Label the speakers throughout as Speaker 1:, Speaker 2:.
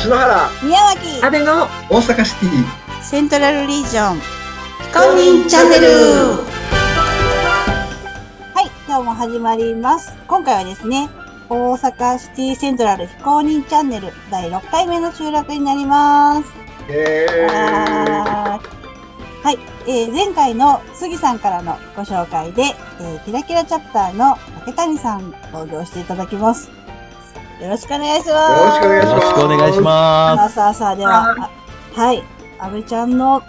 Speaker 1: 篠原
Speaker 2: 宮脇
Speaker 3: 阿部の
Speaker 4: 大阪シティ
Speaker 2: セントラルリージョン
Speaker 1: 非公認チャンネル
Speaker 2: はい今日も始まります今回はですね大阪シティセントラル非公認チャンネル第6回目の収録になります
Speaker 1: イエーイ
Speaker 2: はーい、えー前回の杉さんからのご紹介で、えーキラキラチャプターの竹谷さん登場していただきます。よろしくお願いします。
Speaker 1: よろしくお願いし
Speaker 5: よ
Speaker 1: ま
Speaker 5: ろしくお願いし
Speaker 2: ア
Speaker 5: ま
Speaker 2: ナサーサーでは、あはい、阿部ちゃんの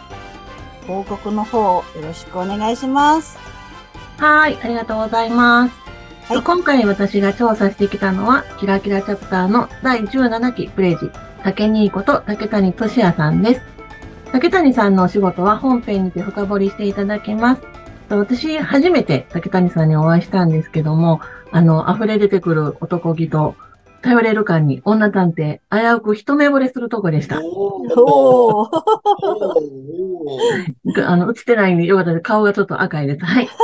Speaker 2: 報告の方をよろしくお願いします。
Speaker 3: す。はい、ありがとうございます。
Speaker 2: はい
Speaker 3: 今回私が調査してきたのは、キラキラチャプターの第17期プレイジ、竹兄こと竹谷俊也さんです。竹谷さんのお仕事は本編にて深掘りしていただきます。と私、初めて竹谷さんにお会いしたんですけども、あの、溢れ出てくる男気と、頼れる感に女探偵、危うく一目惚れするとこでした。
Speaker 2: おー、
Speaker 1: おー
Speaker 3: あの、映ってないんでよかったです。顔がちょっと赤いです。はい。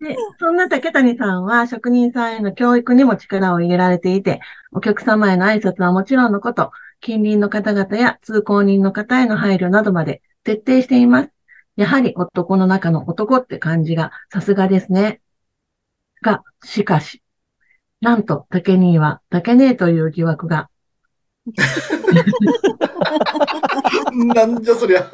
Speaker 3: で、そんな竹谷さんは職人さんへの教育にも力を入れられていて、お客様への挨拶はもちろんのこと、近隣の方々や通行人の方への配慮などまで徹底しています。やはり男の中の男って感じがさすがですね。が、しかし、なんと竹兄は竹姉という疑惑が、
Speaker 1: なんじゃそりゃ。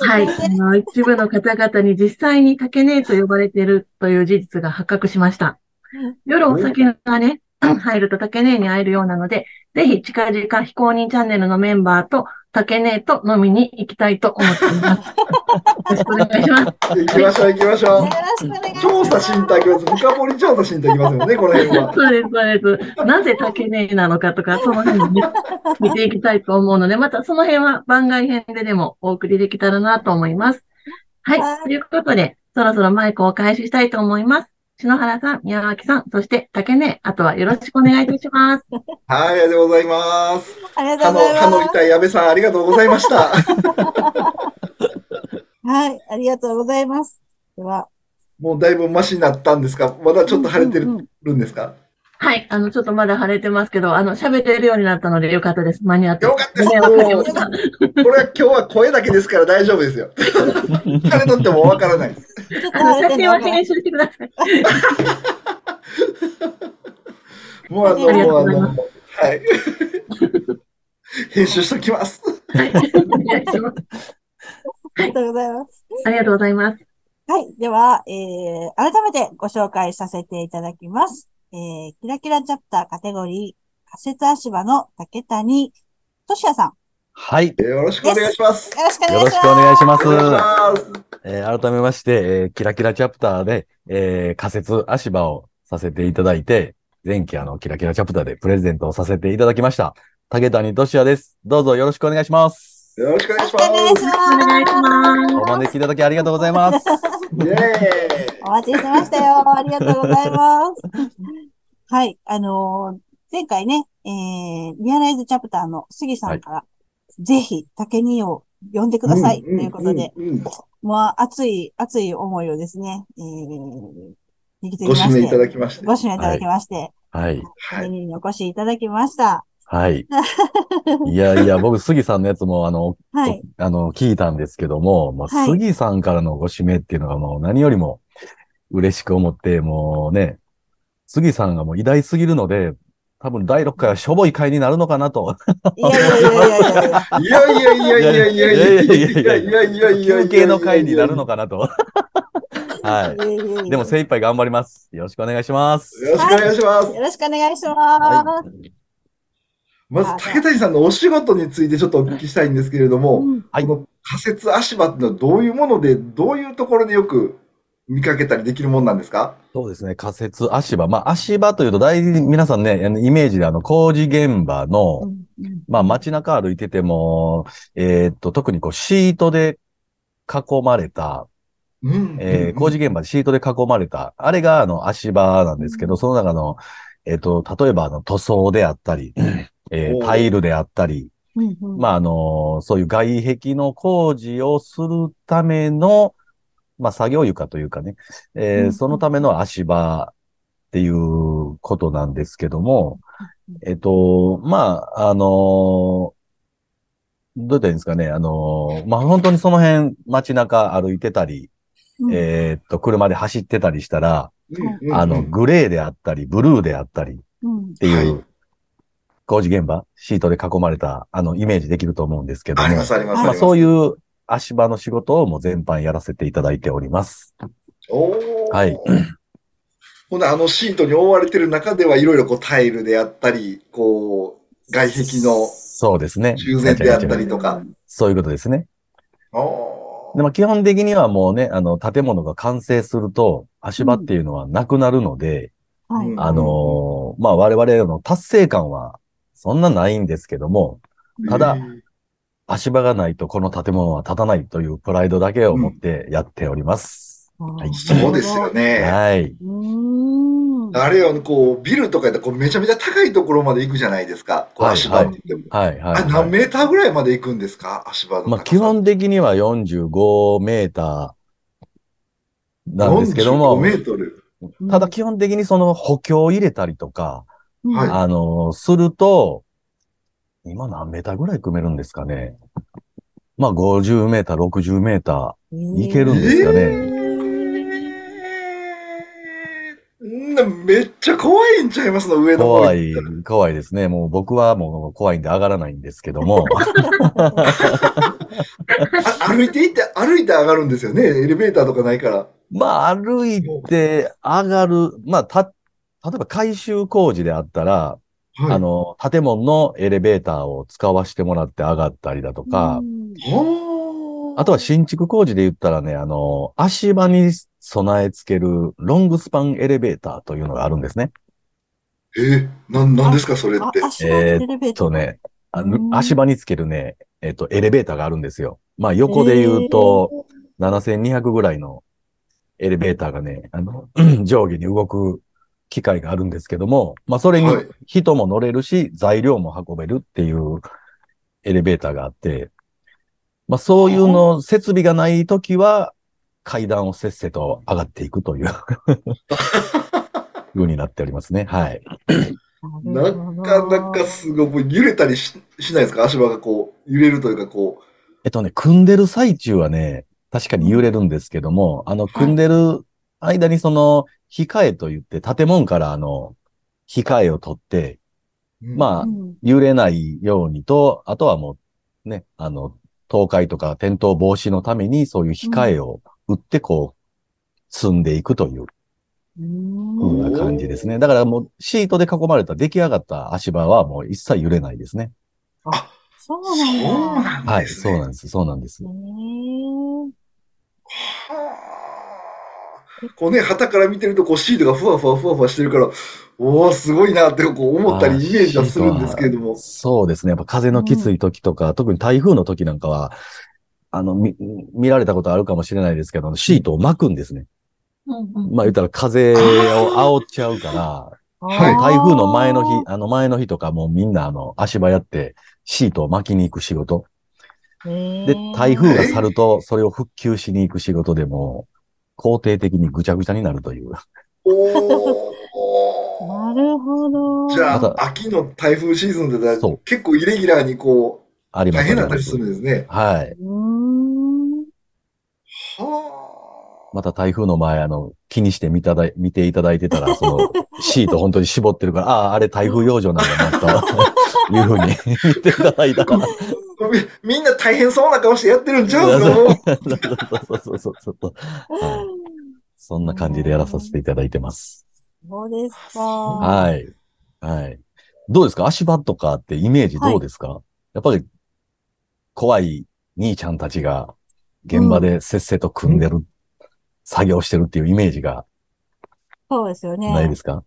Speaker 3: はい。
Speaker 2: すいませ
Speaker 3: あの、一部の方々に実際に竹姉と呼ばれているという事実が発覚しました
Speaker 2: うん。
Speaker 3: 夜お酒が ね、入ると竹姉に会えるようなので、ぜひ近々非公認チャンネルのメンバーと竹姉と飲みに行きたいと思っています。よろしくお願いします。
Speaker 1: 行きましょう行きましょう。
Speaker 2: よろしくお願いします。
Speaker 1: 調査しに行ったきます。深掘り調査しに行ったきますよね、この辺は。
Speaker 3: そうです、そうです。なぜ竹姉なのかとか、その辺にね、見ていきたいと思うので、またその辺は番外編ででもお送りできたらなと思います。はい。
Speaker 2: はい
Speaker 3: ということで、そろそろマイクをお返ししたいと思います。篠原さん、宮脇さん、そして竹姉、あとはよろしくお願いいたします。
Speaker 1: はい、ありがとうございます。
Speaker 2: ありが
Speaker 1: 歯
Speaker 2: と
Speaker 1: の
Speaker 2: うござい
Speaker 1: 歯の
Speaker 2: ます。
Speaker 1: 痛い矢部さん、ありがとうございました。
Speaker 2: はい、ありがとうございます。では、
Speaker 1: もうだいぶマシになったんですかまだちょっと腫れて
Speaker 2: うん
Speaker 1: る
Speaker 2: うん
Speaker 1: んですか
Speaker 3: はい。あの、ちょっとまだ晴れてますけど、あの、喋れるようになったのでよかったです。間に合って。
Speaker 1: よかったです。
Speaker 3: 迷
Speaker 1: も
Speaker 3: 惑
Speaker 1: う
Speaker 3: かけました
Speaker 1: これは今日は声だけですから大丈夫ですよ。誰とってもわからないです。
Speaker 2: ちょっと
Speaker 3: あの、
Speaker 2: 晴れてる
Speaker 3: 写真
Speaker 2: の
Speaker 3: は
Speaker 2: かな
Speaker 3: 編集してください。
Speaker 1: もうあの、
Speaker 2: ありが
Speaker 1: もう
Speaker 3: とう
Speaker 1: あ
Speaker 3: ござ
Speaker 1: の、
Speaker 3: いま
Speaker 1: はい。編集しときます。
Speaker 3: はい。お願いします
Speaker 2: ありがとうございます。
Speaker 3: ありがとうございます。
Speaker 2: はい。では、えー、改めてご紹介させていただきます。えー、キラキラチャプターカテゴリー、仮説足場の竹谷俊也さん。
Speaker 5: はい。
Speaker 1: よろしくお願いします。
Speaker 2: よろしくお
Speaker 5: よ
Speaker 2: 願いし
Speaker 5: ろ
Speaker 2: ます。
Speaker 5: しくお願い
Speaker 1: お。
Speaker 5: します
Speaker 1: 願いします。
Speaker 5: えー改めまして、えーキラキラチャプターで、えー仮説足場をさせていただいて、前期あの、キラキラチャプターでプレゼントをさせていただきました。竹谷俊也です。どうぞよろしくお願いします。
Speaker 1: よろしくお願いしま
Speaker 2: よろしくお願いし
Speaker 1: す。
Speaker 3: お
Speaker 2: ます。
Speaker 3: 願いします。
Speaker 5: お招きいただきありがとうございます。
Speaker 1: イエ
Speaker 2: お待ちしてましたよ。 ありがとうございます。はい。あのー前回ね、えー、リアライズチャプターの杉さんから、ぜひ、竹兄を呼んでください。と
Speaker 1: うん
Speaker 2: いうことで、
Speaker 1: うんうんうん
Speaker 2: まあ、熱い、熱い思いをですね、えー、引き継
Speaker 1: ご
Speaker 2: ぎまし
Speaker 1: 指
Speaker 2: て
Speaker 1: 名いただきまして。
Speaker 2: ご指名いただきまして、
Speaker 5: はい。
Speaker 1: は
Speaker 2: メ
Speaker 1: い。
Speaker 2: ニューにお越しいただきました。
Speaker 5: はい。いやいや、僕、杉さんのやつも、あの、
Speaker 2: はい。
Speaker 5: あの、聞いたんですけども、まあ、
Speaker 2: はい
Speaker 5: 杉さんからのご指名っていうのがもう何よりも嬉しく思って、もうね、杉さんがもう偉大すぎるので、多分第6回はしょぼい回になるのかなと。
Speaker 2: いやいやいやいやいやいや。
Speaker 1: いやいやいやいやいやいやいやいやいやいやいや
Speaker 5: 休憩の回になるのかなと。 はい。でも精
Speaker 2: よ
Speaker 5: 一杯頑張ります。よろしくお願いします。
Speaker 1: よろしくお願いします。
Speaker 2: ろしくお願いします。
Speaker 1: まず竹谷さんのお仕事についてちょっとお聞きしたいんですけれども、
Speaker 2: うん
Speaker 5: はい
Speaker 1: この仮設足場ってのはどういうもので、どういうところでよく見かけたりできるもんなんですか
Speaker 5: そうですね。仮設足場。まあ、足場というと、大体皆さんね、あのイメージであの、工事現場の、まあ街中歩いてても、えーっと、特にこうシートで囲まれた、
Speaker 1: うん
Speaker 5: えー工事現場でシートで囲まれた、あれがあの足場なんですけど、その中の、えーっと、例えばあの塗装であったり、え
Speaker 1: お
Speaker 5: ー
Speaker 1: ー
Speaker 5: タイルであったり、
Speaker 2: うんうん
Speaker 5: まああの、そういう外壁の工事をするための、まあ作業床というかね、えー
Speaker 2: うん
Speaker 5: そのための足場っていうことなんですけども、えっと、まあ、あのどうやったらいいんですかね。あのまあ、本当にその辺、街中歩いてたり、
Speaker 2: うん
Speaker 5: えっと、車で走ってたりしたら、
Speaker 1: うんうん
Speaker 5: あの、グレーであったり、ブルーであったりっ
Speaker 2: うん
Speaker 5: てい
Speaker 1: は
Speaker 5: う、工事現場、シートで囲まれた、あの、イメージできると思うんですけども
Speaker 1: あり、ますあります。
Speaker 5: まあ、そう
Speaker 1: いう。
Speaker 5: いう足場の仕事をもう全般やらせていただいております。
Speaker 1: おー
Speaker 5: はい。
Speaker 1: ほんで、あのシートに覆われてる中ではいろいろこうタイルであったり、こう、外壁の
Speaker 5: そうですね。
Speaker 1: 修繕であった
Speaker 5: ガチャガチ
Speaker 1: り
Speaker 5: ャ
Speaker 1: とか。
Speaker 5: そういうことですね。
Speaker 1: お
Speaker 5: でまあ、基本的にはもうね、あの、建物が完成すると、足場っていうのはなくなるので、
Speaker 2: はい。
Speaker 1: うん
Speaker 5: あのーまあ、我々の達成感はそんなないんですけども、
Speaker 1: ー
Speaker 5: ただ、足場がないとこの建物は建たないというプライドだけを持ってやっております。はい
Speaker 1: そうですよね。
Speaker 5: はい。
Speaker 2: うーん。
Speaker 1: あれよ、こう、ビルとかやったらこうめちゃめちゃ高いところまで行くじゃないですか。こう
Speaker 5: はい
Speaker 1: 足場って言っても。
Speaker 5: はい、はい。
Speaker 1: あ、
Speaker 5: はい
Speaker 1: 何メーターぐらいまで行くんですか足場の高さ。
Speaker 5: まあ、基本的には45メーターなんですけども
Speaker 1: 45、メートル。
Speaker 5: ただ基本的にその補強を入れたりとか、
Speaker 2: うん、
Speaker 1: はい
Speaker 5: あの、すると、今何メーターぐらい組めるんですかね。まあ、50メーター、60メーター、いけるんですかね。
Speaker 1: えーんなめっちゃ怖いんちゃいますの、上の方
Speaker 5: 怖い
Speaker 1: 行ったら、
Speaker 5: 怖いですね。もう僕はもう怖いんで上がらないんですけ ども。
Speaker 1: あ歩いて行って、歩いて上がるんですよね。エレベーターとかないから。
Speaker 5: まあ、歩いて上がる。まあ、た、例えば改修工事であったら、
Speaker 1: はい
Speaker 5: あの、建物のエレベーターを使わせてもらって上がったりだとか、
Speaker 2: うん
Speaker 1: ほー
Speaker 5: あとは新築工事で言ったらね、あの、足場に備え付けるロングスパンエレベーターというのがあるんですね。
Speaker 1: えー、なん、なんですか、それっ
Speaker 2: あ、
Speaker 1: て。
Speaker 2: 足のエレベーター。
Speaker 5: とね、あ
Speaker 2: うん
Speaker 5: 足場につけるね、えっと、エレベーターがあるんですよ。まあ、横で言うと、7200ぐらいのエレベーターがね、あの、 上下に動く機械があるんですけども、まあ、それに
Speaker 1: はい
Speaker 5: 人も乗れるし、材料も運べるっていうエレベーターがあって、まあ、そういうの、設備がないときは、階段をせっせと上がっていくという ふうになっておりますね。はい。
Speaker 1: なかなかすごい、揺れたりししないですか足場がこう、揺れるというかこ
Speaker 5: えっとね、組んでる最中はね、確かに揺れるんですけども、あの、組んでる間にその、控えと言って、建物からあの、控えを取って、
Speaker 1: う。
Speaker 5: まあ
Speaker 2: う、ん
Speaker 5: 揺れないようにと、あとはもう、ね、あの、倒壊とか転倒防止のために、そういう控えを打って、こう、積んでいくという
Speaker 2: う
Speaker 5: ふ
Speaker 2: ん
Speaker 5: うな感じですね。だからもう、シートで囲まれた出来上がった足場はもう一切揺れないですね。
Speaker 2: そうな
Speaker 1: そうなん
Speaker 2: んだ。
Speaker 5: は
Speaker 1: で
Speaker 5: い、
Speaker 1: す
Speaker 5: そう
Speaker 1: ね。
Speaker 5: なんです、そうなんです。
Speaker 2: ね
Speaker 1: はあこうね、旗から見てると、こう、シートがふわふわふわふわしてるから、おお、すごいなって、こう、思ったりイメージはするんですけれど
Speaker 5: あー
Speaker 1: も。
Speaker 5: そうですね。やっぱ風のきつい時とか、特に台風の時なんかは、あの、み見られたことあるかもしれないですけど、シートを巻くんですね。まあ言ったら風を煽っちゃうから、
Speaker 1: はい
Speaker 5: 台風の前の日、あの前の日とかもうみんなあの足場やってシートを巻きに行く仕事。
Speaker 2: 日
Speaker 5: で、台風が去るとそれを復旧しに行く仕事でも、肯定的にぐちゃぐちゃになるという。
Speaker 1: お
Speaker 2: な
Speaker 1: お。
Speaker 2: るほど。
Speaker 1: じゃ
Speaker 5: また
Speaker 1: あ、秋の台風シーズンでだ
Speaker 5: そう
Speaker 1: 結構イレギュラーにこ
Speaker 5: あり
Speaker 1: う、
Speaker 5: ま
Speaker 1: 大
Speaker 5: す
Speaker 1: 変
Speaker 5: あ
Speaker 1: だった
Speaker 5: りま
Speaker 1: り
Speaker 5: す
Speaker 1: するんですね。
Speaker 5: はい。
Speaker 2: うーん。
Speaker 1: は
Speaker 5: また台風の前、あの、気にして見ただい、見ていただいてた ら、その、シート本当に絞ってるから、ああ、あれ台風養生なんだな、と いうふうに見ていただいたら。
Speaker 1: あ。みみんな大変そうな顔してやってるんちゃうの
Speaker 5: そうそうそうそうそう。はいそんな感じでやらさせていただいてます。
Speaker 2: そうですか。
Speaker 5: は。い。はい。どうですか足場とかってイメージどうですか、やっぱり、怖い兄ちゃんたちが、現場でせっせと組んでる、作業してるっていうイメージが
Speaker 2: そうですよね。
Speaker 5: ないですか、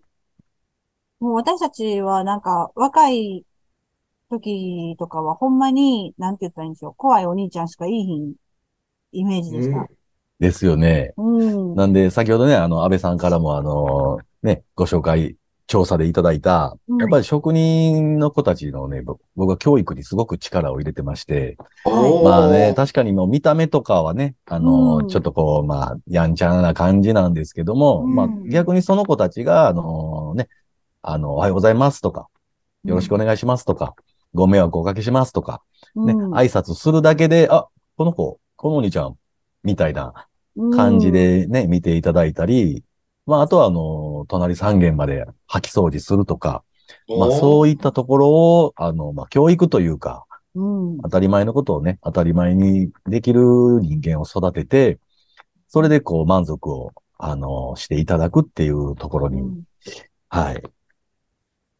Speaker 2: もう私たちはなんか若い時とかはほんまに、なんて言ったらいいんでしょう。怖いお兄ちゃんしかいいひんイメージでした。
Speaker 5: ですよね。
Speaker 2: うん。
Speaker 5: なんで、先ほどね、あの、安倍さんからも、あの、ね、ご紹介、調査でいただいた、
Speaker 2: うん
Speaker 5: やっぱり職人の子たちのね、ぼ僕は教育にすごく力を入れてまして、
Speaker 1: おー
Speaker 5: まあね、確かにもう見た目とかはね、あの、
Speaker 2: うん
Speaker 5: ちょっとこう、まあ、やんちゃな感じなんですけども、
Speaker 2: うん
Speaker 5: まあ、逆にその子たちが、あの、ね、あの、おはようございますとか、よろしくお願いしますとか、ご迷惑おかけしますとか、ね、
Speaker 2: うん
Speaker 5: 挨拶するだけで、あ、この子、このお兄ちゃん、みたいな感じでね、見ていただいたり、まあ、あとは、あの、隣三軒まで掃き掃除するとか、まあ、そういったところを、あの、まあ、教育というか、
Speaker 2: うん、
Speaker 5: 当たり前のことをね、当たり前にできる人間を育てて、それでこう満足を、あの、していただくっていうところ
Speaker 2: う
Speaker 5: に、
Speaker 2: ん、
Speaker 5: はい。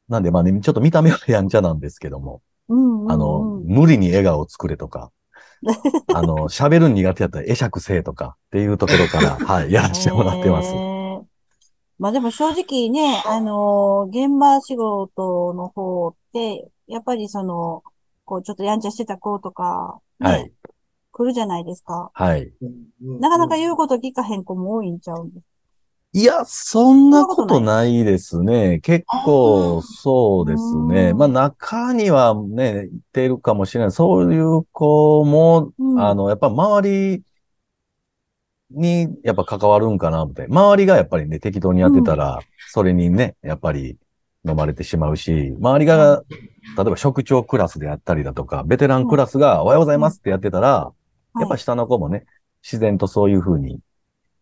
Speaker 5: なんでまあね、ちょっと見た目はやんちゃなんですけども、
Speaker 2: うん、うん
Speaker 5: あの、、無理に笑顔を作れ とか、あの、喋るの苦手やったら会釈せえとかっていうところから、はい、やらせてもらってます
Speaker 2: へ。ーまあでも正直ね、あの現場仕事の方って、やっぱりその、こう、ちょっとやんちゃしてた子とか、ね、
Speaker 5: はい、
Speaker 2: 来るじゃないですか。
Speaker 5: はい。
Speaker 2: なかなか言う
Speaker 1: こ
Speaker 2: こと聞かへん子も多いんちゃうんです。
Speaker 5: いや、そんなことないですね。結構、そうですね。
Speaker 2: うん
Speaker 5: まあ、中にはね、言ってるかもしれない。そういう子も、
Speaker 2: うん
Speaker 5: あの、やっぱ周りに、やっぱ関わるんかな、みたいな。周りがやっぱりね、適当にやってたら、それにね、やっぱり飲まれてしまうし、周りが、例えば職長クラスであったりだとか、ベテランクラスがおはようございますってやってたら、
Speaker 2: うん
Speaker 5: やっぱ下の子もね、自然とそういう風に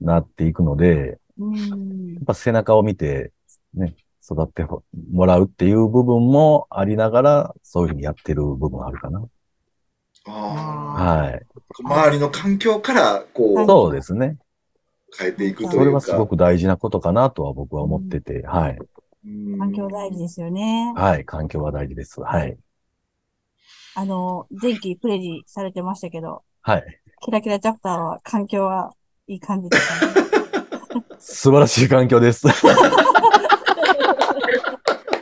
Speaker 5: なっていくので、
Speaker 2: うん
Speaker 5: やっぱ背中を見て、ね、育ってもらうっていう部分もありながら、そういうふうにやってる部分あるかな。
Speaker 1: と
Speaker 5: はい。
Speaker 1: 周りの環境から
Speaker 2: は
Speaker 1: こ
Speaker 2: いう
Speaker 5: そうですね。
Speaker 1: 変えていくというか。
Speaker 5: それはすごく大事なことかなとは僕は思ってて、はい。
Speaker 1: うん
Speaker 2: 環境大事ですよね。
Speaker 5: はい。環境は大事です。はい。
Speaker 2: あの、前期プレジされてましたけど、
Speaker 5: はい。
Speaker 2: キラキラチャプターは環境はいい感じですね。
Speaker 5: 素晴らしい環 境です。素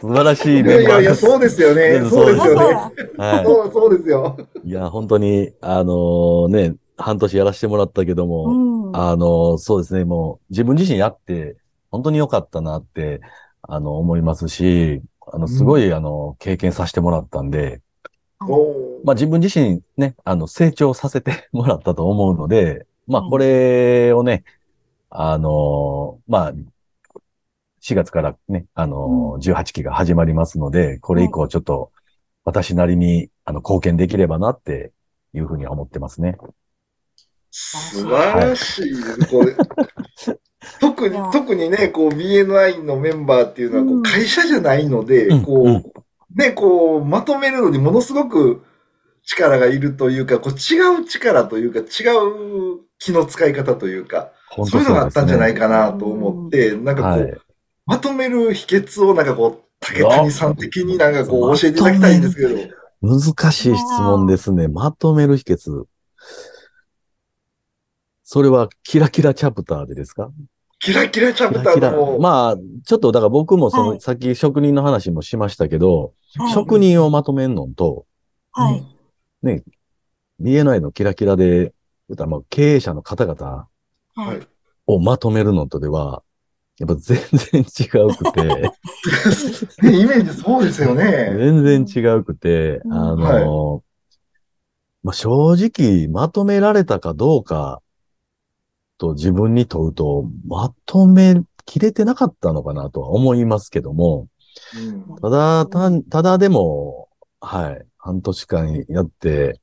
Speaker 5: 晴らしい
Speaker 1: いや
Speaker 5: メ
Speaker 1: い
Speaker 5: ンバ
Speaker 1: や
Speaker 5: ー
Speaker 1: いや、そうですよね。そうです
Speaker 2: あ、そ
Speaker 1: よ
Speaker 2: う
Speaker 1: ね。
Speaker 2: だ。
Speaker 5: は
Speaker 1: そうそうですよ。
Speaker 5: い。いや、本当に、あのね、半年やらせてもらったけども、
Speaker 2: うん。
Speaker 5: あの、そうですね、もう自分自身やって、本当に良かったなって、あの、思いますし、あの、すごい、あの、経験させてもらったんで、
Speaker 1: おー
Speaker 5: まあ自分自身ね、あの、成長させて もらったと思うので、まあ
Speaker 2: うん
Speaker 5: これをね、あの、まあ、4月からね、あの、18期が始まりますので、これ以降ちょっと私なりに、あの、貢献できればなっていうふうには思ってますね。
Speaker 1: 素晴らしいです、こ れ。特に
Speaker 2: いや、
Speaker 1: 特にね、こう、BNI のメンバーっていうのは、こ
Speaker 2: うん
Speaker 1: う、会社じゃないので、
Speaker 5: うん
Speaker 1: こ
Speaker 5: うん
Speaker 1: う、ね、こう、まとめるのにものすごく力がいるというか、こう、違う力というか、違う気の使い方というか、
Speaker 5: 本
Speaker 1: そういうのがあったんじゃない
Speaker 5: か。
Speaker 1: かなと思って、なんか
Speaker 5: は
Speaker 1: こ
Speaker 5: い。
Speaker 1: う、まとめる秘訣を、なんかこう、竹谷さん的になんかこう、教えていただきたいんですけど。
Speaker 5: 難しい質問ですね。まとめる秘訣。それはキラキラチャプターでですか
Speaker 1: キラキラチャ
Speaker 5: キ
Speaker 1: プ
Speaker 5: ラ
Speaker 1: タ
Speaker 5: キ
Speaker 1: ー
Speaker 5: ラ。
Speaker 1: の、
Speaker 5: まあ、ちょっとだから僕もその、
Speaker 2: はい
Speaker 5: さっき職人の話もしましたけど、
Speaker 2: はい
Speaker 5: 職人をまとめんのと、
Speaker 2: はい。
Speaker 5: BNI のキラキラで、言うたらまあ経営者の方々
Speaker 1: は
Speaker 2: はいい。
Speaker 5: をまとめるのとでは、やっぱ全然違うく て、
Speaker 1: ねイメージそうですよね。
Speaker 5: 全然違うくて、
Speaker 2: うん
Speaker 5: あの、まあ、正直、まとめられたかどうかと自分に問うと、まとめきれてなかったのかなとは思いますけども、
Speaker 1: うん
Speaker 5: ただ、たただでも、はい、半年間やって、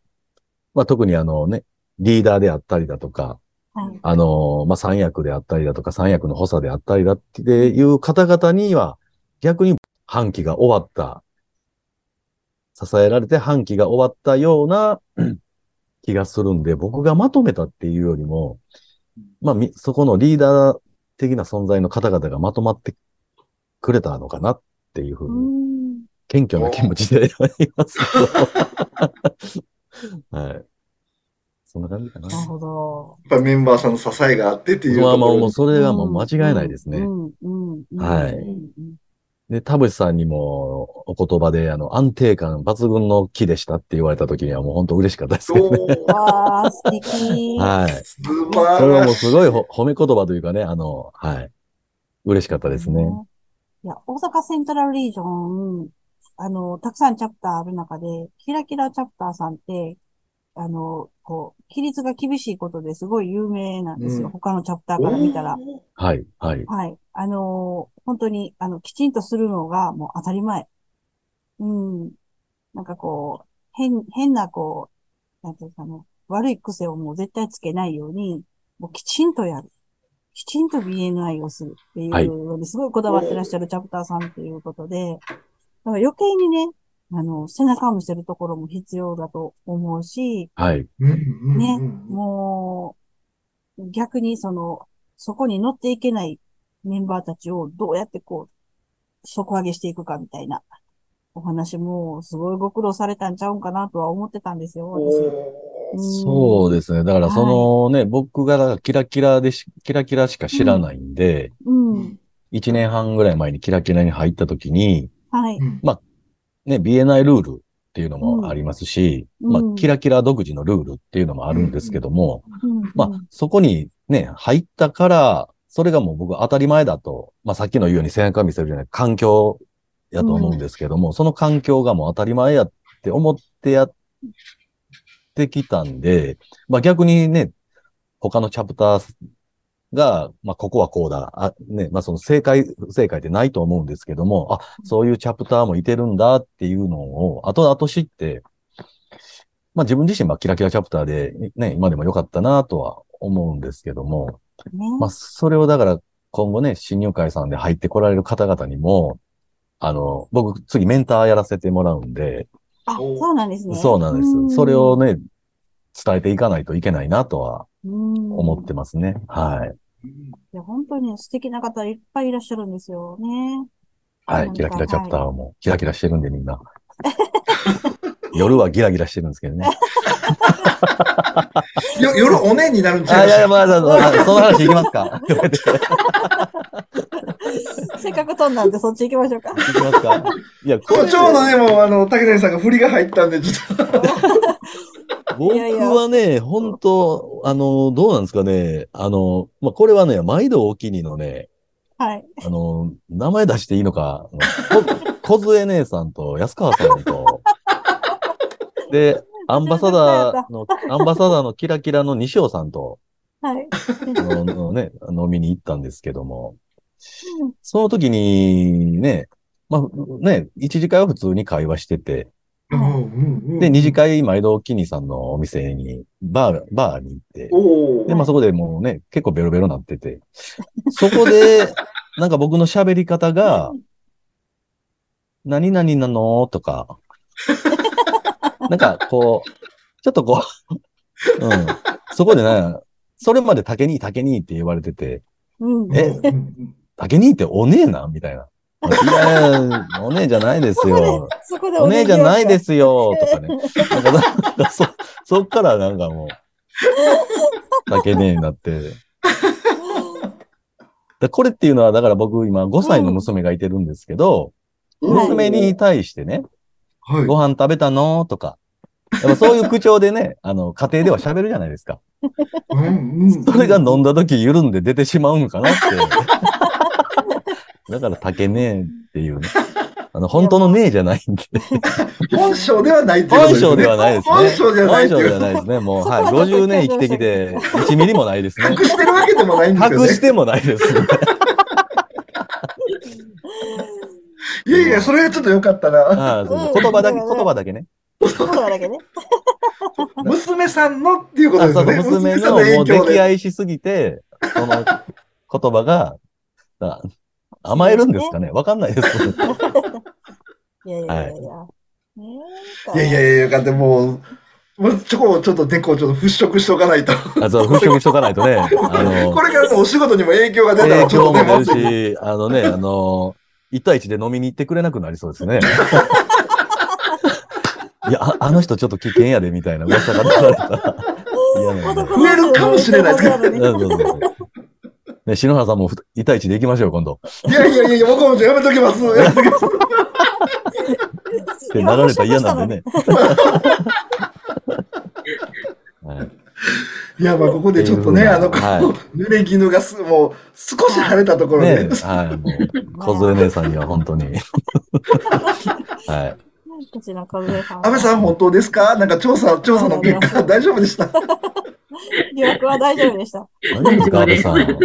Speaker 5: まあ、特にあのね、リーダーであったりだとか、
Speaker 2: はい。
Speaker 5: あの、まあ、三役であったりだとか、三役の補佐であったりだっていう方々には、逆に半期が終わった、支えられて半期が終わったような うん気がするんで、僕がまとめたっていうよりも、まあ、みそこのリーダー的な存在の方々がまとまってくれたのかなっていうふ
Speaker 2: う
Speaker 5: うに、
Speaker 2: ん。
Speaker 5: 謙虚な気持ちでありますけど。 はい。そんな感じかな。
Speaker 2: なるほど。
Speaker 1: やっぱメンバーさんの支えがあってっていう
Speaker 5: ま
Speaker 1: と
Speaker 5: あ
Speaker 1: こ
Speaker 5: まあ、
Speaker 1: ろ
Speaker 5: もう
Speaker 1: に
Speaker 5: それはもう間違いないですね。
Speaker 2: うんうんうん
Speaker 5: はい
Speaker 2: うん
Speaker 5: で、田淵さんにもお言葉で、あの、安定感抜群の木でしたって言われた時にはもう本当嬉しかったですけどね。
Speaker 1: そう
Speaker 2: わあ、素敵。
Speaker 5: はい。
Speaker 1: 素晴らしい。
Speaker 5: それはもうすごいほ褒め言葉というかね、あの、はい。嬉しかったですね。。
Speaker 2: いや、大阪セントラルリージョン、あの、たくさんチャプターある中で、キラキラチャプターさんって、あの、こう、規律が厳しいことですごい有名なんです
Speaker 1: う
Speaker 2: よ。
Speaker 1: ん
Speaker 2: 他のチャプターから見たら。
Speaker 5: はい、はい。
Speaker 2: はい。あの、本当に、あの、きちんとするのがもう当たり前。うん。なんかこう、変、変なこう、なんていうかね、悪い癖をもう絶対つけないように、もうきちんとやる。きちんと BNI をするっていう
Speaker 5: はい
Speaker 2: のにすごいこだわってらっしゃるチャプターさんということで、だから余計にね、あの、背中を見せるところも必要だと思うし、
Speaker 5: はい。
Speaker 1: うんうん
Speaker 2: ね
Speaker 1: うん
Speaker 2: もう、逆にその、そこに乗っていけないメンバーたちをどうやってこう、底上げしていくかみたいなお話も、すごいご苦労されたんちゃうんかなとは思ってたんですよ、私。
Speaker 1: おー
Speaker 5: そうですね。だからそのね、僕がだからキラキラでし、キラキラしか知らないんで、
Speaker 2: うん。
Speaker 5: 一年半ぐらい前にキラキラに入った時に、
Speaker 2: はい。
Speaker 5: ね、BNI ルールっていうのもありますし、
Speaker 2: うん
Speaker 5: まあ
Speaker 2: うん、
Speaker 5: キラキラ独自のルールっていうのもあるんですけども、
Speaker 2: うん
Speaker 5: まあ、そこにね、入ったから、それがもう僕当たり前だと、まあさっきの言うように背中見せるじゃない、環境やと思うんですけども、その環境がもう当たり前やって思ってやってきたんで、まあ逆にね、他のチャプターが、まあここはこうだ、あね、まあその正解、不正解ってないと思うんですけども、あ、そういうチャプターもいてるんだっていうのを後々知って、まあ自分自身はキラキラチャプターでね、今でも良かったなとは思うんですけども、
Speaker 2: ね。
Speaker 5: まあそれをだから今後ね、新入会さんで入ってこられる方々にも、あの、僕次メンターやらせてもらうんで、
Speaker 2: あ、そうなんですね。
Speaker 5: そうなんです。
Speaker 2: ん
Speaker 5: それを、ね、伝えていかないといけないなとは
Speaker 2: 思
Speaker 5: 思ってますね。はい。
Speaker 2: いや、本当に素敵な方いっぱいいらっしゃるんですよね。
Speaker 5: はい。キラキラチャプターもキラキラしてるんでみ んな。夜はギラギラしてるんですけど ね。
Speaker 1: よ夜おねんになるんちゃ
Speaker 5: あ、
Speaker 1: う
Speaker 5: いやいや、まあ、まあその話いきますか。
Speaker 2: せっかく飛んだんで、そっち行きましょうか。
Speaker 5: いきますか。いや、こ
Speaker 1: こ
Speaker 5: れ
Speaker 1: うちょうどでも、あの、竹谷さんが振りが入ったんで、ちょっと。
Speaker 5: 僕はね、本当あの、どうなんですかね。あの、まあ、これはね、毎度お気に入りのね、
Speaker 2: はい。
Speaker 5: あの、名前出していいのか、あのこ小杖姉さんと安川さんと、で、アンバサダーの、アンバサダーのキラキラの西尾さんと、
Speaker 2: はい。
Speaker 5: あののね、飲みに行ったんですけども、その時にね、まあ、ね、一次会は普通に会話してて、で、二次
Speaker 1: 間。
Speaker 5: 会、毎度、キニさんのお店に、バー、バーに行って、
Speaker 1: お
Speaker 5: で、
Speaker 1: ー
Speaker 5: まあそこでもうね、結構ベロベロなってて、そこで、なんか僕の喋り方が、何々なのと か、なんかこう、ちょっとこう、 うん、そこでね、それまで竹に竹にって言われてて、
Speaker 2: うん。
Speaker 5: え
Speaker 1: うんうん
Speaker 5: 竹にってお姉なんみたいな。いやいや、お姉じゃないですよ。
Speaker 2: そこで。
Speaker 5: お姉じゃないですすよ、とかね。なんかなんかそ、 そっからなんかもう、竹ねになって。だこれっていうのは、だから僕今5歳の娘がいてるんですけ
Speaker 1: う
Speaker 5: ど、
Speaker 1: ん
Speaker 2: はい
Speaker 5: 娘に対してね、
Speaker 1: はい。
Speaker 5: ご飯食べたのとか、やっぱそういう口調でね、 あの、家庭では喋るじゃないですか。
Speaker 1: うんうん
Speaker 5: それが飲んだ時緩んで出て しまうのかなって。だから竹ねっていうね。あの、本当のねじゃないんで。
Speaker 1: 本性ではないってこと
Speaker 5: 本
Speaker 1: ですね。
Speaker 5: 性ではないですね。
Speaker 1: 本性ではないって
Speaker 5: 本性
Speaker 1: い
Speaker 5: で
Speaker 1: う
Speaker 5: はないですね。もう、
Speaker 2: そこはい
Speaker 5: は。
Speaker 2: ちょっと
Speaker 5: 50年生きてきて、1ミリもないですね。
Speaker 1: 隠してるわけでもないんですよ
Speaker 5: 隠
Speaker 1: ね
Speaker 5: し。てもないです ね。
Speaker 1: いやいや、それがちょっと良かったな。
Speaker 5: ああそうそう言葉だけ、
Speaker 2: うん
Speaker 5: 言葉だけね。
Speaker 2: そうだけね。
Speaker 1: 娘さんのっていうこと
Speaker 5: あ
Speaker 1: で
Speaker 5: そう
Speaker 1: す
Speaker 5: そう
Speaker 1: よね。
Speaker 5: 娘
Speaker 1: さん
Speaker 5: のもう
Speaker 1: で。
Speaker 5: 溺愛しすぎて、その言 葉が、あ甘えるんですかねわかんないです。
Speaker 2: いやいやいやいや。ね
Speaker 1: いやいやいや、よかった。もう、もうちょこちょっと猫をちょっと払拭しておかないと。
Speaker 5: あそう、払拭しとかないとね。あの
Speaker 1: こ、れからのお仕事にも影響が出たらち
Speaker 5: 影
Speaker 1: ょっ
Speaker 5: 響
Speaker 1: とね、
Speaker 5: も
Speaker 1: まず
Speaker 5: 出るし、あのね、あの、1対1で飲みに行ってくれなくなりそうですね。 いや、ああの人ちょっと危険やで、みたいな噂が流れた ら嫌なんで。
Speaker 1: 増えるかもしれないですから
Speaker 5: うんそうそうそうね、篠原さんも2対1で行きましょう、今度。
Speaker 1: いやいやいやいや、僕もちょっとやめときます。やめ ときます。
Speaker 5: ってなられたら嫌なん でね。はい
Speaker 1: いや、まあ、ここでちょっとね、あの、
Speaker 5: は
Speaker 1: 濡れ衣がす、もう、少し晴れたところで、
Speaker 5: ねはい、もう、小添姉さんには本 当に。は
Speaker 2: こちら、小梅さん。
Speaker 1: 安倍さん本当ですかなんか調査、調査の結果、大丈夫でした。
Speaker 2: 疑惑は大丈夫でした。
Speaker 5: い。何ですか、安倍さん。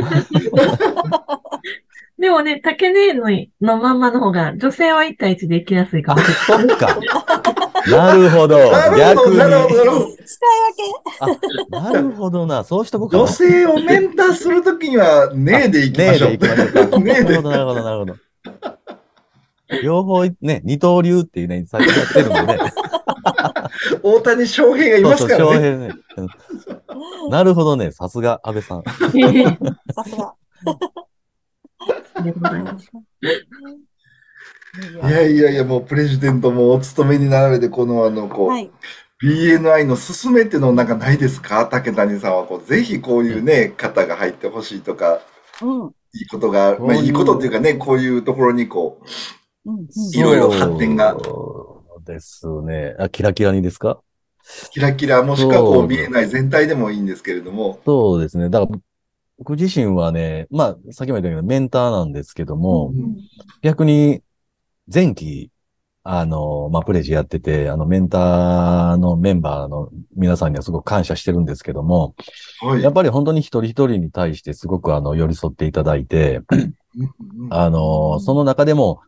Speaker 3: でもね、竹ねえののまんまの方が、女性は一対一で生きやすいか
Speaker 5: あ
Speaker 3: も。、
Speaker 5: そっか。なるほど。
Speaker 1: なるほ
Speaker 5: 逆
Speaker 1: ど、
Speaker 5: に。
Speaker 1: なるほど、なるほど。
Speaker 2: 使い分
Speaker 5: あなるほどな。そうしとこうかな。
Speaker 1: 女性をメンターするときには、ねえでいきま
Speaker 5: ねえ
Speaker 1: し ょう
Speaker 5: でい。きましょうか。
Speaker 1: ね
Speaker 5: な
Speaker 1: えで
Speaker 5: るほど、なるほど、なるほど。両方い、ね、二刀流っていうね、最近やってるんでね。
Speaker 1: 大谷翔平が いますから
Speaker 5: 翔
Speaker 1: ね。
Speaker 5: 平ね。うんなるほどね。さすが、安倍さん。
Speaker 2: けさすが。
Speaker 3: ありがとうございます。
Speaker 1: いやいやいや、もうプレジデントもお勤めになられて、このあの、こう、
Speaker 2: はい。
Speaker 1: BNI の勧めってのなんかないですか竹谷さんはこう、ぜひこういうね、方が入ってほしいとか、
Speaker 2: うん。うん。
Speaker 1: いいことが、まあ
Speaker 5: そういう
Speaker 1: いいことっていうかね、こういうところにこう、
Speaker 2: うん。
Speaker 1: いろいろ発展が
Speaker 5: そうですね。あ、キラキラにですか
Speaker 1: キラキラもしくはこ
Speaker 5: そう
Speaker 1: う、BNI 全体でもいいんですけれども、
Speaker 5: そうですね。だから、僕自身はね、まあ、さっきも言ったけど、メンターなんですけども、
Speaker 2: うん
Speaker 5: 逆に、前期、あの、まあ、プレジやってて、あの、メンターのメンバーの皆さんにはすごく感謝してるんですけども、
Speaker 1: はい
Speaker 5: やっ。ぱり本当に一人一人に対してすごくあの、寄り添っていただいて、
Speaker 1: うんうん
Speaker 5: あの、その中でも、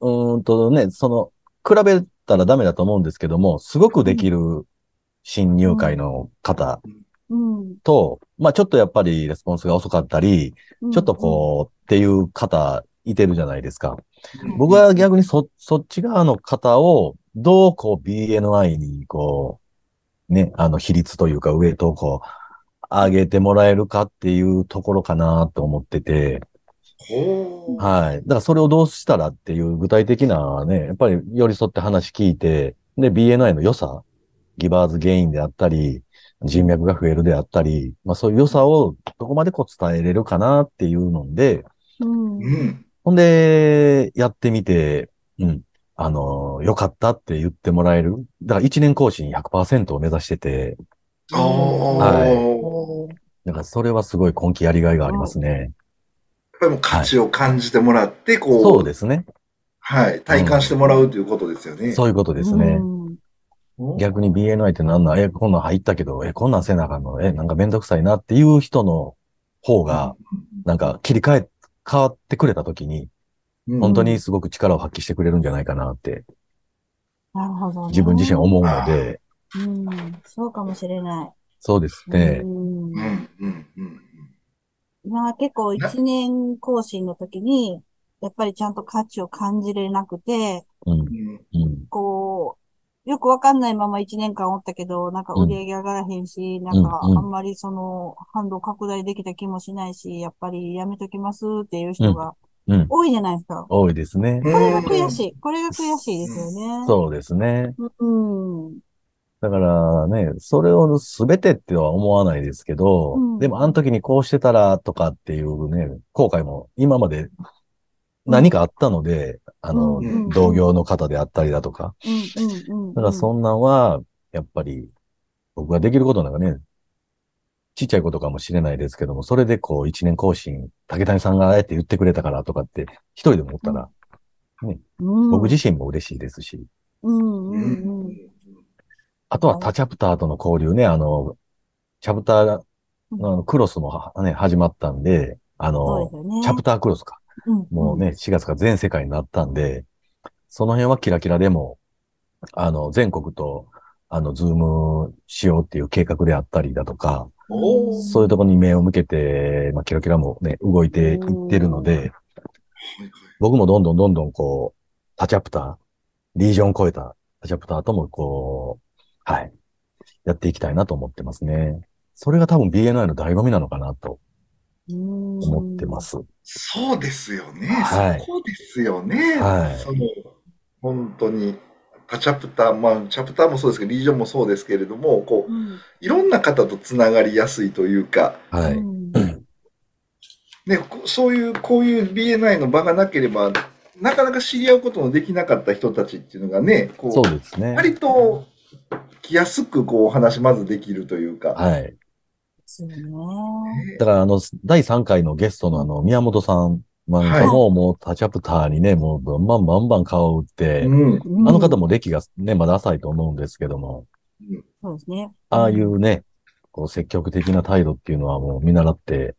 Speaker 5: うーんとね、その、比べたらダメだと思うんですけども、すごくできる新入会の方
Speaker 2: うん。
Speaker 5: と、まあちょっとやっぱりレスポンスが遅かったり、
Speaker 2: うん
Speaker 5: ちょっとこう、っていう方いてるじゃないですか。
Speaker 2: うん
Speaker 5: 僕は逆にそ、そっち側の方を、どうこう BNI にこう、ね、あの比率というかウエイトをこう、上げてもらえるかっていうところかなと思ってて、
Speaker 1: ほう
Speaker 5: はい。だからそれをどうしたらっていう具体的なね、やっぱり寄り添って話聞いて、で、BNI の良さ、ギバーズゲインであったり、人脈が増えるであったり、まあそういう良さをどこまでこう伝えれるかなっていうので、
Speaker 2: う
Speaker 1: う
Speaker 2: ん。うん
Speaker 1: ん。
Speaker 5: ほんで、やってみて、うん、あの、良かったって言ってもらえる。だから一年更新100%を目指してて、
Speaker 1: ああ、
Speaker 5: はい
Speaker 1: や
Speaker 5: だからそれはすごい根気やりがいがありますね。
Speaker 1: っぱりもう価値を感じてもらって、こう、
Speaker 5: そうですね。
Speaker 1: はい、体感してもらうということですよね。
Speaker 5: そういうことですね。逆に BNI ってなんなんえ、こんなん入ったけど、え、こんなんせなあかんのえ、なんかめんどくさいなっていう人の方が、なんか切り替え、変わってくれた時に、
Speaker 1: うん
Speaker 5: 本当にすごく力を発揮してくれるんじゃないかなって、
Speaker 2: なるほどね。
Speaker 5: 自分自身思うので、
Speaker 2: うん。そうかもしれない。
Speaker 5: そうですね
Speaker 2: う。。
Speaker 1: うんんうんうん
Speaker 2: まあ結構一年更新の時に、やっぱりちゃんと価値を感じれなくて、
Speaker 5: うん
Speaker 1: う、ん
Speaker 5: うん、
Speaker 2: こう、よくわかんないまま一年間おったけど、なんか売り上げ上がらへんし、なんか
Speaker 5: うんうん
Speaker 2: あんまりその販路拡大できた気もしないし、やっぱりやめときますっていう人が
Speaker 5: うん。
Speaker 2: 多いじゃないですか。
Speaker 5: 多いですね。
Speaker 2: これが悔
Speaker 1: い。
Speaker 2: しい。これが悔しいですよね。
Speaker 5: そうですね。
Speaker 2: うん。うん。
Speaker 5: だからね、それを全てっては思わないですけど、
Speaker 2: うん
Speaker 5: でもあの時にこうしてたらとかっていうね、後悔も今まで何かあったので、あの、
Speaker 2: うん
Speaker 1: うん
Speaker 5: 同業の方であったりだとか。
Speaker 2: うん。うん。
Speaker 5: だからそんなんは、やっぱり僕ができることなんかね、ちっちゃいことかもしれないですけども、それでこう一年更新、竹谷さんがあえて言ってくれたからとかって一人でも思ったら、
Speaker 2: うん。
Speaker 5: 僕自身も嬉しいですし、
Speaker 2: うん。う。
Speaker 1: うん
Speaker 2: うん。
Speaker 5: あとは他チャプターとの交流ね、あの、チャプターが、あのクロスもはね、始まったんで、あ
Speaker 2: そう
Speaker 5: の
Speaker 2: です、よね。
Speaker 5: チャプタークロスか。
Speaker 2: うん
Speaker 5: もうね、4月から全世界になったんで、その辺はキラキラでも、あの、全国と、あの、ズームしようっていう計画であったりだとか、
Speaker 1: おー
Speaker 5: そういうところに目を向けて、まあ、キラキラもね、動いていってるので、僕もどんどんどんどんこう、他チャプター、リージョン超えた他チャプターともこう、はい、やっていきたいなと思ってますね。それが多分 BNI の醍醐味なのかなと思ってま。す。
Speaker 1: そうですよね。
Speaker 5: はい
Speaker 1: そこですよね。
Speaker 5: はい
Speaker 1: その本当に、他チャプター、まあ、チャプターもそうですけど、リージョンもそうですけれども、こう、
Speaker 2: うん
Speaker 1: いろんな方とつながりやすいというか、
Speaker 5: は
Speaker 2: う
Speaker 5: い。
Speaker 2: ん
Speaker 1: ね、こそういう、こういう BNI の場がなければ、なかなか知り合うことのできなかった人たちっていうのがね、こう、
Speaker 5: そうですね。
Speaker 1: 割と、来やすくこうお話まずできるというか。
Speaker 5: はい。
Speaker 2: そうね。
Speaker 5: だから、あの、第3回のゲストのあの、宮本さんなんかも、もう、タチャプターにね、もう、バンバンバンバン顔を打って、
Speaker 1: うん。
Speaker 5: あの方
Speaker 2: も。
Speaker 5: も歴がね、まだ浅いと思うんですけども、
Speaker 2: そうですね。
Speaker 5: ああいうね、こう、積極的な態度っていうのはもう見習って、
Speaker 2: うん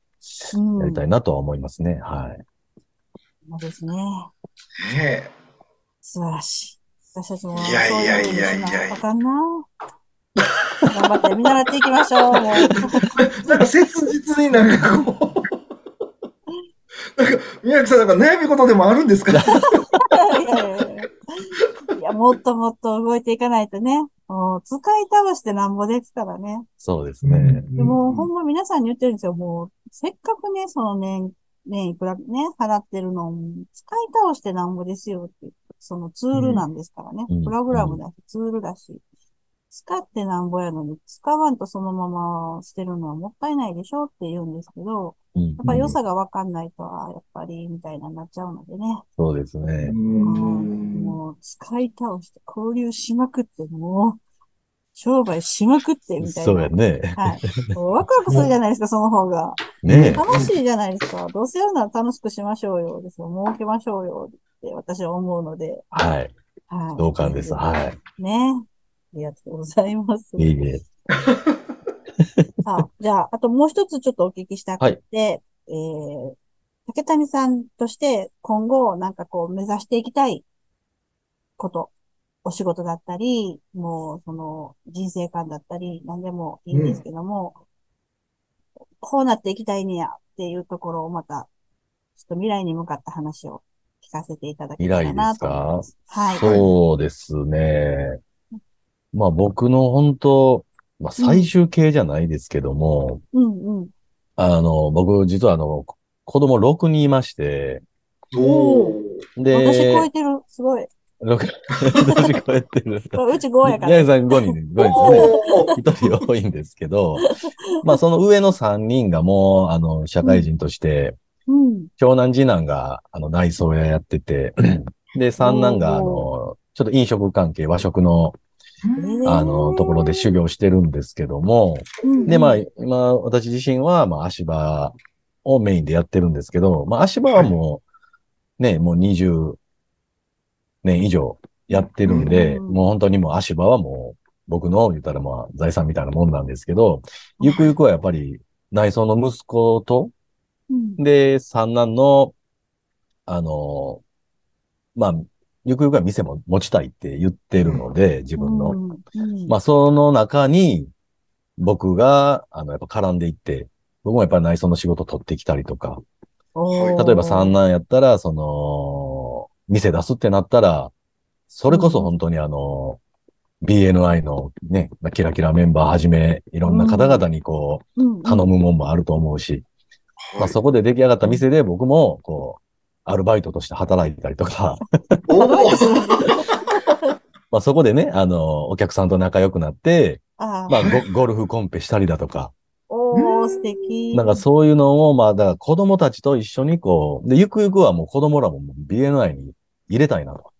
Speaker 5: やりたいなとは思いますね。はい。
Speaker 2: そうですね。
Speaker 1: ね
Speaker 2: 素晴らしい。私たちも、
Speaker 1: いやいやいやいや
Speaker 2: そううふうにしなあかんな。頑張って見習っていきましょ う。もう
Speaker 1: え。なんか切実になんかこう。 なんか、宮城さんなんか悩み事でもあるんですか
Speaker 2: いやいやいやいや、もっともっと動いていかないとね。もう使い倒してなんぼですからね。
Speaker 5: そうですね。
Speaker 2: でも、ほんま皆さんに言ってるんですよ。もう、せっかくね、その年、年いくらね、払ってるのを使い倒してなんぼですよって。そのツールなんですからね。
Speaker 5: うん
Speaker 2: プログラムだし、ツールだし。使ってなんぼやのに、使わんとそのまま捨てるのはもったいないでしょって言うんですけど、
Speaker 5: や
Speaker 2: やっぱり良さがわかんないとは、やっぱり、みたいなになっちゃうのでね。
Speaker 5: そうですね。
Speaker 1: うん
Speaker 2: もう、使い倒して、交流しまくって、もう、商売しまくって、みたいな。
Speaker 5: そうやね。
Speaker 2: はい。もうワクワクするじゃないですか、その方が。
Speaker 5: ねえ。
Speaker 2: 楽しいじゃないですか。どうせやるなら楽しくしましょうよ。ですよ。儲けましょうよ。って私は思うので。
Speaker 5: はい。
Speaker 2: はい。
Speaker 5: 同感です。は
Speaker 2: ね。ありがとうございます。
Speaker 5: い。いいね。
Speaker 2: さあ、じゃあ、あともう一つちょっとお聞きしたくて、えー、竹谷さんとして今後なんかこう目指していきたいこと、お仕事だったり、もうその人生観だったり、何でもいいんですけども、こうなっていきたいねやっていうところをまた、ちょっと未来に向かった話を聞かせていただけたらなと思います。はい。
Speaker 5: そうですね。まあ僕の本当、まあ最終形じゃないですけども、
Speaker 2: うんうん。
Speaker 5: あの、僕実はあの、子供6人いまして、
Speaker 1: おー
Speaker 2: 私超え
Speaker 5: で、
Speaker 2: てる。すごい。
Speaker 5: 6私超えてる。
Speaker 2: うち5やから。
Speaker 5: 宮根さん5人、5人ですよね。
Speaker 1: おー
Speaker 5: 一人多いんですけど、まあその上の三人がもう、あの、社会人として、
Speaker 2: うん。
Speaker 5: 長男次男が、あの、内装屋やってて、で、三男が、あの、ちょっと飲食関係、和食の、あの、ところで修行してるんですけども、
Speaker 2: うん
Speaker 5: で、まあ、今、私自身は、まあ、足場をメインでやってるんですけど、まあ、足場はもう、ね、もう20年以上やってるんで、
Speaker 2: うん
Speaker 5: もう本当にもう足場はもう、僕の言ったらまあ、財産みたいなもんなんですけど、ゆくゆくはやっぱり、内装の息子と、
Speaker 2: うん
Speaker 5: で、三男の、あの、まあ、ゆくゆくは店も持ちたいって言ってるので、自分の。
Speaker 2: うん
Speaker 5: まあ、その中に、僕が、あの、やっぱ絡んでいって、僕もやっぱり内装の仕事取ってきたりとか、
Speaker 2: おー
Speaker 5: 例えば三男やったら、その、店出すってなったら、それこそ本当にあの、BNI のね、まあキラキラメンバーはじめ、いろんな方々にこう、
Speaker 2: うんうん
Speaker 5: 頼むもんもあると思うし、まあそこで出来上がった店で僕も、こう、アルバイトとして働いたり とか、
Speaker 1: おー
Speaker 5: まあそこでね、あの、お客さんと仲良くなって、
Speaker 2: あー
Speaker 5: まあゴゴルフコンペしたりだとか、
Speaker 2: おー、素敵。
Speaker 5: なんかそういうのを、まあ、だから子供たちと一緒にこう、で、ゆくゆくはもう子供らも BNI に入れたいなと。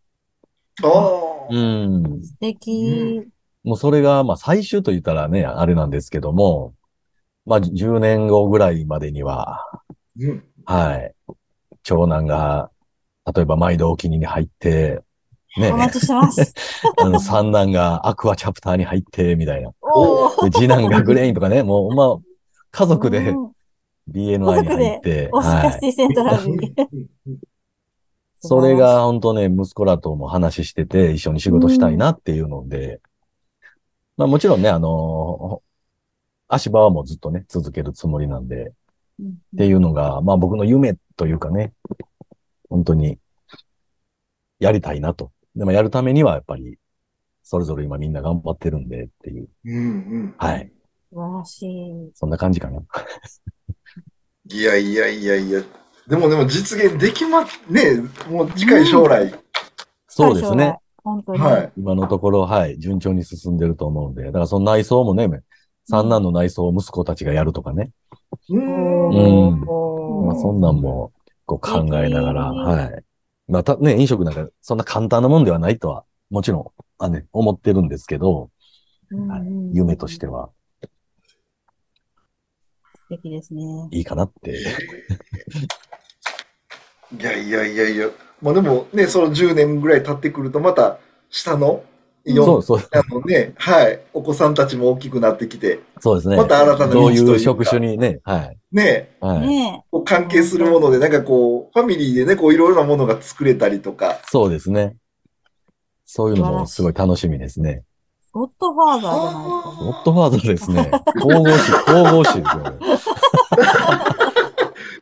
Speaker 1: おー
Speaker 5: ん。
Speaker 2: 素敵。
Speaker 5: もうそれが、まあ最終と言ったらね、あれなんですけども、まあ10年後ぐらいまでには、
Speaker 1: うん
Speaker 5: はい。長男が、例えば毎度お気に入りに入って、 ね
Speaker 2: お、待ちして ます。
Speaker 5: あの三男がアクアチャプターに入って、みたいな。
Speaker 2: おー。
Speaker 5: で次男がグレインとかね、もう、まあ、家族で
Speaker 2: うん
Speaker 5: BNI に入って、
Speaker 2: オスカシティセントラルに。
Speaker 5: それが本当ね、息子らとも話してて、一緒に仕事したいなっていうので、まあもちろんね、あの足場はもうずっとね、続けるつもりなんで、っていうのが、まあ僕の夢というかね、本当に、やりたいなと。でもやるためにはやっぱり、それぞれ今みんな頑張ってるんでっていう、
Speaker 1: うんうん
Speaker 5: はい。
Speaker 2: 素晴らしい。
Speaker 5: そんな感じかな。
Speaker 1: いやいやいやいや。でもでも実現できま、ね、もう近い将来。
Speaker 5: そうです
Speaker 2: 最初
Speaker 5: ね
Speaker 2: は。。本当に。
Speaker 1: はい。
Speaker 5: 今のところ、はい、順調に進んでると思うんで、だからその内装もね、三男の内装を息子たちがやるとかね、
Speaker 1: う
Speaker 2: お
Speaker 1: ん。
Speaker 5: うん
Speaker 2: ーお
Speaker 5: まあ、
Speaker 2: ー
Speaker 5: そんなんもこう考えながら、
Speaker 2: うん
Speaker 5: はい。まあたね、飲食なんかそんな簡単なもんではないとは、もちろん、あね、思ってるんですけど、
Speaker 2: うん
Speaker 5: はい
Speaker 2: うん
Speaker 5: 夢としては
Speaker 2: 素敵ですね。
Speaker 5: いいかなって。
Speaker 1: いやいやいやいや。まあでもね、その10年ぐらい経ってくるとまた下の
Speaker 5: そう
Speaker 1: よ
Speaker 5: そう、
Speaker 1: あのね、はい、お子さんたちも大きくなってきて、
Speaker 5: そうですね。
Speaker 1: また新たな
Speaker 5: ど
Speaker 1: 道
Speaker 5: うい
Speaker 1: と
Speaker 5: う
Speaker 1: いう
Speaker 5: 職
Speaker 1: か
Speaker 5: 種、にね、はい。
Speaker 1: ね、
Speaker 5: はい。
Speaker 2: ね
Speaker 1: こう関係するもので、なんかこう、ファミリーでね、こういろいろなものが作れたりとか、
Speaker 5: そうですね。そういうのもすごい楽しみですね。
Speaker 2: ゴッドファーザーじゃないですか。
Speaker 5: ゴッドファーザーですね。神々しい、神々しいですよね。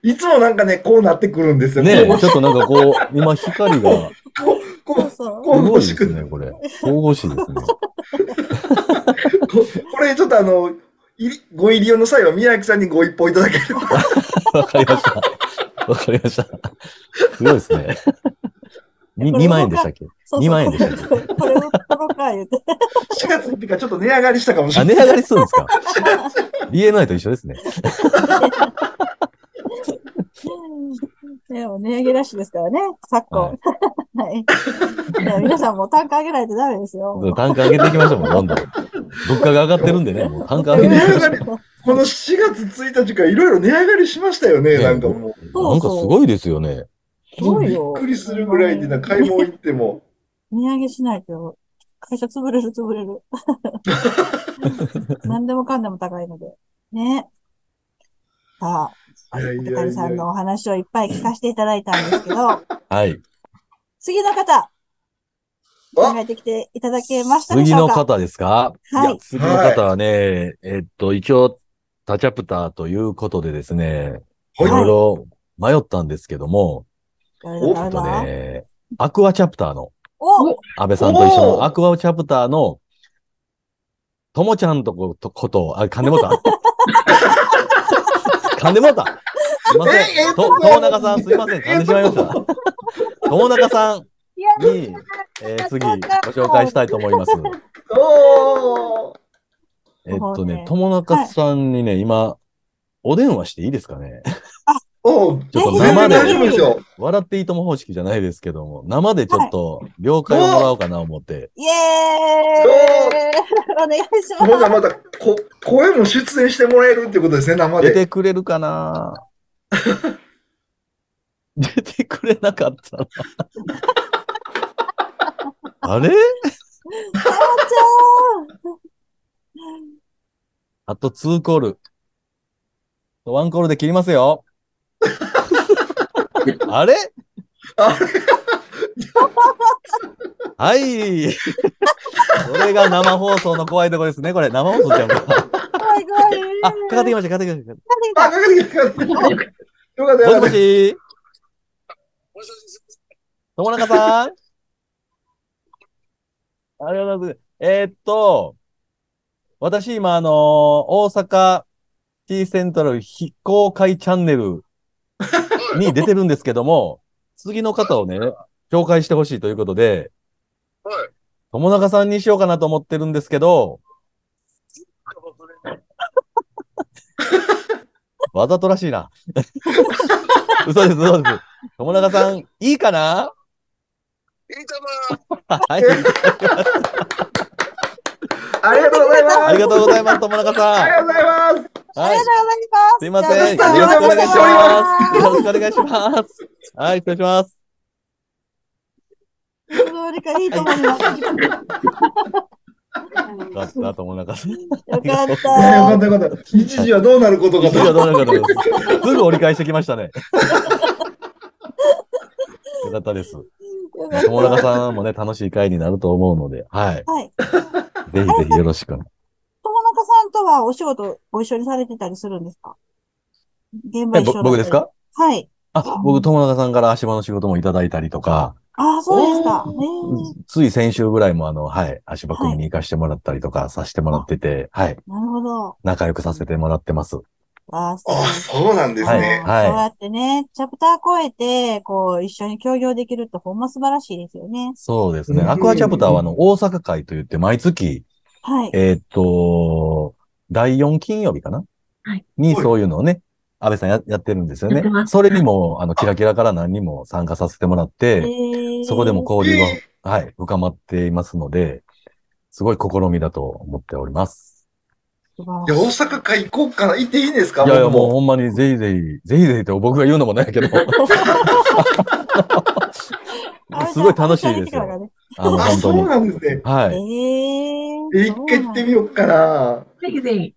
Speaker 1: いつもなんかね、こうなってくるんですよ
Speaker 5: ね
Speaker 1: こ
Speaker 5: え、ちょっとなんかこう、今光が、す
Speaker 1: うこう
Speaker 2: そうそう。
Speaker 1: こう
Speaker 5: ごいですね、これ。神々しいですね。
Speaker 1: ここれちょっとあの、入りご入り用の際は宮城さんにご一報いただければ。
Speaker 5: わかりました。わかりました。すごいですね。に2万円でしたっけ
Speaker 2: そうそう
Speaker 5: 2万円でした
Speaker 2: これこれを、この回言って。
Speaker 1: 4月1日からちょっと値上がりしたかもし
Speaker 5: あ、
Speaker 1: れ
Speaker 5: 値
Speaker 1: ない。
Speaker 5: 上がりするんですか ?BNI と一緒ですね。
Speaker 2: でも、値上げラッシュですからね、昨今。
Speaker 5: は
Speaker 2: はい。いや皆さんも単価上げないとダメで すよ。
Speaker 5: い。単価上げていきましょう、もうどんどん。物価が上がってるんでね、もう単価上げていきましょう。
Speaker 1: この4月1日からいろいろ値上がりしましたよね、
Speaker 5: ね
Speaker 1: なんかも
Speaker 2: そう
Speaker 5: なんかすごいですよね。
Speaker 1: う。
Speaker 2: そう
Speaker 1: びっ
Speaker 2: よ
Speaker 1: くりするぐらいでな、買い物行っても。
Speaker 2: 値上げしないと、会社潰れる潰れる。 何でもかんでも高いので。ね。さあ、
Speaker 1: いやいやいや
Speaker 2: 高谷さんのお話をいっぱい聞かせていただいたんですけど、
Speaker 5: はい。
Speaker 2: 次の方、考
Speaker 1: あ
Speaker 2: えてきていただけましたで
Speaker 5: 次
Speaker 2: しょ
Speaker 5: の
Speaker 2: うか
Speaker 5: 方ですか
Speaker 2: はい
Speaker 5: や次の方はね、えっと、一応、他チャプターということでですね、い
Speaker 1: はい
Speaker 5: ろいろ迷ったんですけども、
Speaker 2: 誰
Speaker 1: お
Speaker 2: だ
Speaker 1: っ
Speaker 5: ちょ
Speaker 2: 誰
Speaker 5: っと
Speaker 2: だ
Speaker 5: ね、アクアチャプターの、
Speaker 2: お
Speaker 5: 安倍さんと一緒
Speaker 1: お
Speaker 5: の
Speaker 1: ー
Speaker 5: アクアチャプターの、ともちゃんとこと、こと、あ、金本。金本すいま
Speaker 1: え
Speaker 5: せ
Speaker 1: え
Speaker 5: ん。と、友永さんすいません。噛んでしまいました。友永さん
Speaker 2: いや
Speaker 5: に、えー次、ご紹介したいと思います。
Speaker 1: おー
Speaker 5: えっと
Speaker 2: もうね
Speaker 5: ね、友永さんにね、今、お電話していいですかね
Speaker 1: おー
Speaker 5: ちょっと
Speaker 1: 全
Speaker 5: 生
Speaker 1: 然
Speaker 5: で、
Speaker 1: 大丈夫ですよ。
Speaker 5: 笑っていいとも方式じゃないですけども、生でちょっと、了解をもらおうかな思って。
Speaker 2: イエーイ お願いしま
Speaker 1: ほ
Speaker 2: す
Speaker 1: なまたこ、声も出演してもらえるってことですね、生
Speaker 5: 出
Speaker 1: で。
Speaker 5: てくれるか な出てくれなかったな あれあと2コール。1コールで切ります よ。あれ
Speaker 1: あ
Speaker 5: はい。これが生放送の怖いとこですね、これ。生放送ち ゃうか。
Speaker 2: 怖い怖い。
Speaker 5: あ、かかってきました、かかってきまし
Speaker 1: あ、かかってきた、かかってきた。よかった、
Speaker 5: た。
Speaker 1: よかっ
Speaker 5: もしも
Speaker 1: た。
Speaker 5: し友中さんありがとうございます。えーっと、私今、あのー大阪 T セントラル非公開チャンネルに出てるんですけども、次の方をね、紹介してほしいということで、
Speaker 4: はい。
Speaker 5: 友中さんにしようかなと思ってるんですけど、わざとらし いな。嘘です、嘘です。友永さん、いいかない
Speaker 4: いとも
Speaker 5: はい。
Speaker 1: ありがとうございます。
Speaker 5: ありがとうございます、友永
Speaker 1: あり
Speaker 5: さ
Speaker 1: がとうございます。
Speaker 5: ん。
Speaker 2: あ
Speaker 5: は
Speaker 2: り
Speaker 5: い
Speaker 2: が。と
Speaker 5: す
Speaker 2: う
Speaker 5: い
Speaker 2: ご
Speaker 5: ま
Speaker 2: ざい
Speaker 5: せん。よ
Speaker 2: ます。
Speaker 1: じ
Speaker 5: ろ
Speaker 1: ゃあ
Speaker 5: しくお願いします。
Speaker 2: よ
Speaker 5: よ
Speaker 2: ろ
Speaker 5: ろ
Speaker 2: しくお願いします
Speaker 5: しくお願いします。はい、失礼します。
Speaker 2: どうにかいいと思います。
Speaker 5: よかった、友永さん。
Speaker 2: よかっ。
Speaker 1: いやよかったたよかった。一時はどうなることか
Speaker 5: 一
Speaker 1: と。
Speaker 5: はどうなるかと思います。すぐ折り返してきました ね。よかったです。友永さんもね、楽しい会になると思うので、はい。
Speaker 2: はい。
Speaker 5: ぜひぜひよ ろしく。
Speaker 2: 友中さんとはお仕事ご一緒にされてたりするんですか現場
Speaker 5: え
Speaker 2: 一緒だった
Speaker 5: ぼ
Speaker 2: り
Speaker 5: 僕ですか
Speaker 2: はい。
Speaker 5: あ、僕、友永さんから足場の仕事もいただいたりとか、
Speaker 2: ああ、そうですか。ええ
Speaker 5: つい先週ぐらいもあの、はい、足場組に行かしてもらったりとかさせてもらってて、はい、
Speaker 2: なるほど。
Speaker 5: 仲良くさせてもらってます。
Speaker 2: ああ、そ
Speaker 1: あ、そうなんです
Speaker 5: はい
Speaker 1: ね。
Speaker 5: はい
Speaker 2: そうやってね、チャプター越えて、こう、一緒に協業できるってほんま素晴らしいですよね。
Speaker 5: そうですね。
Speaker 1: うん
Speaker 5: アクアチャプターはあの、大阪会といって毎月、
Speaker 2: はい。
Speaker 5: えーっと、第4金曜日かな
Speaker 3: はい
Speaker 5: にそういうのをね、安倍さんややってるんですよ
Speaker 3: や
Speaker 5: ね
Speaker 3: ってま。す
Speaker 5: それにも、あの、キラキラから何人も参加させてもらって、
Speaker 2: え
Speaker 5: そこでも交流
Speaker 1: え
Speaker 5: が、はい、深まっていますので、すごい試みだと思っております。
Speaker 2: う、素晴
Speaker 1: い
Speaker 2: ら
Speaker 1: や、
Speaker 2: しい
Speaker 1: 大阪会行こうかな。行っていいんですか
Speaker 5: いやいや、もう
Speaker 1: う。
Speaker 5: ほんま にぜひぜひ、ぜひぜひと僕が言うのもないけど。すごい楽しいですよ。あの、
Speaker 1: あ、
Speaker 5: 本当
Speaker 1: そう
Speaker 5: に。
Speaker 1: なんですね。
Speaker 5: はい。
Speaker 2: ええ
Speaker 1: え、一回行ってみようかな。
Speaker 3: ぜひぜひ。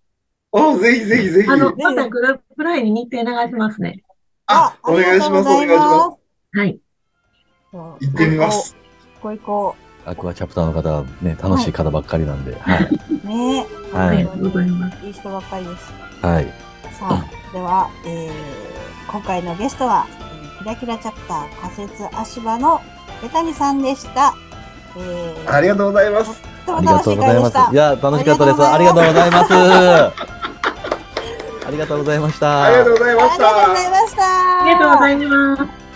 Speaker 1: おぜひぜひぜひ。
Speaker 3: あの、
Speaker 1: あ、
Speaker 3: またグループラインに日程流しますね。
Speaker 1: お願いします、お願いします。
Speaker 3: はい。
Speaker 2: す
Speaker 1: 行ってみます。。
Speaker 2: ご一行。
Speaker 5: アクアチャプターの方、ね、楽しい方ばっかりなんで。はい。
Speaker 2: ね
Speaker 5: は
Speaker 3: あり
Speaker 5: い
Speaker 3: が。とうございます。
Speaker 2: いい人ばっかりです。
Speaker 5: はい。
Speaker 2: さあ、では、えー、今回のゲストは、えーキラキラチャプター仮説足場のベタニさんでした。えー、
Speaker 1: ありがとうございます。
Speaker 2: と
Speaker 5: あ
Speaker 2: て
Speaker 5: り
Speaker 2: も
Speaker 5: が
Speaker 2: 楽し
Speaker 5: とう
Speaker 2: い
Speaker 5: ござい
Speaker 2: 回で
Speaker 5: ま
Speaker 2: し
Speaker 5: す。い
Speaker 2: た。
Speaker 5: や、楽しかったです。あ
Speaker 2: あ
Speaker 5: り
Speaker 2: り
Speaker 5: が
Speaker 2: がと
Speaker 5: と
Speaker 2: う
Speaker 5: うご
Speaker 2: ご
Speaker 5: ざ
Speaker 2: ざ
Speaker 5: い
Speaker 2: い
Speaker 5: ま。
Speaker 2: ますす
Speaker 5: ありがとうございました。
Speaker 1: ありがとうございま
Speaker 2: あ
Speaker 1: し
Speaker 2: りがと
Speaker 1: た
Speaker 2: うござ。いました。
Speaker 3: ありがとうございます。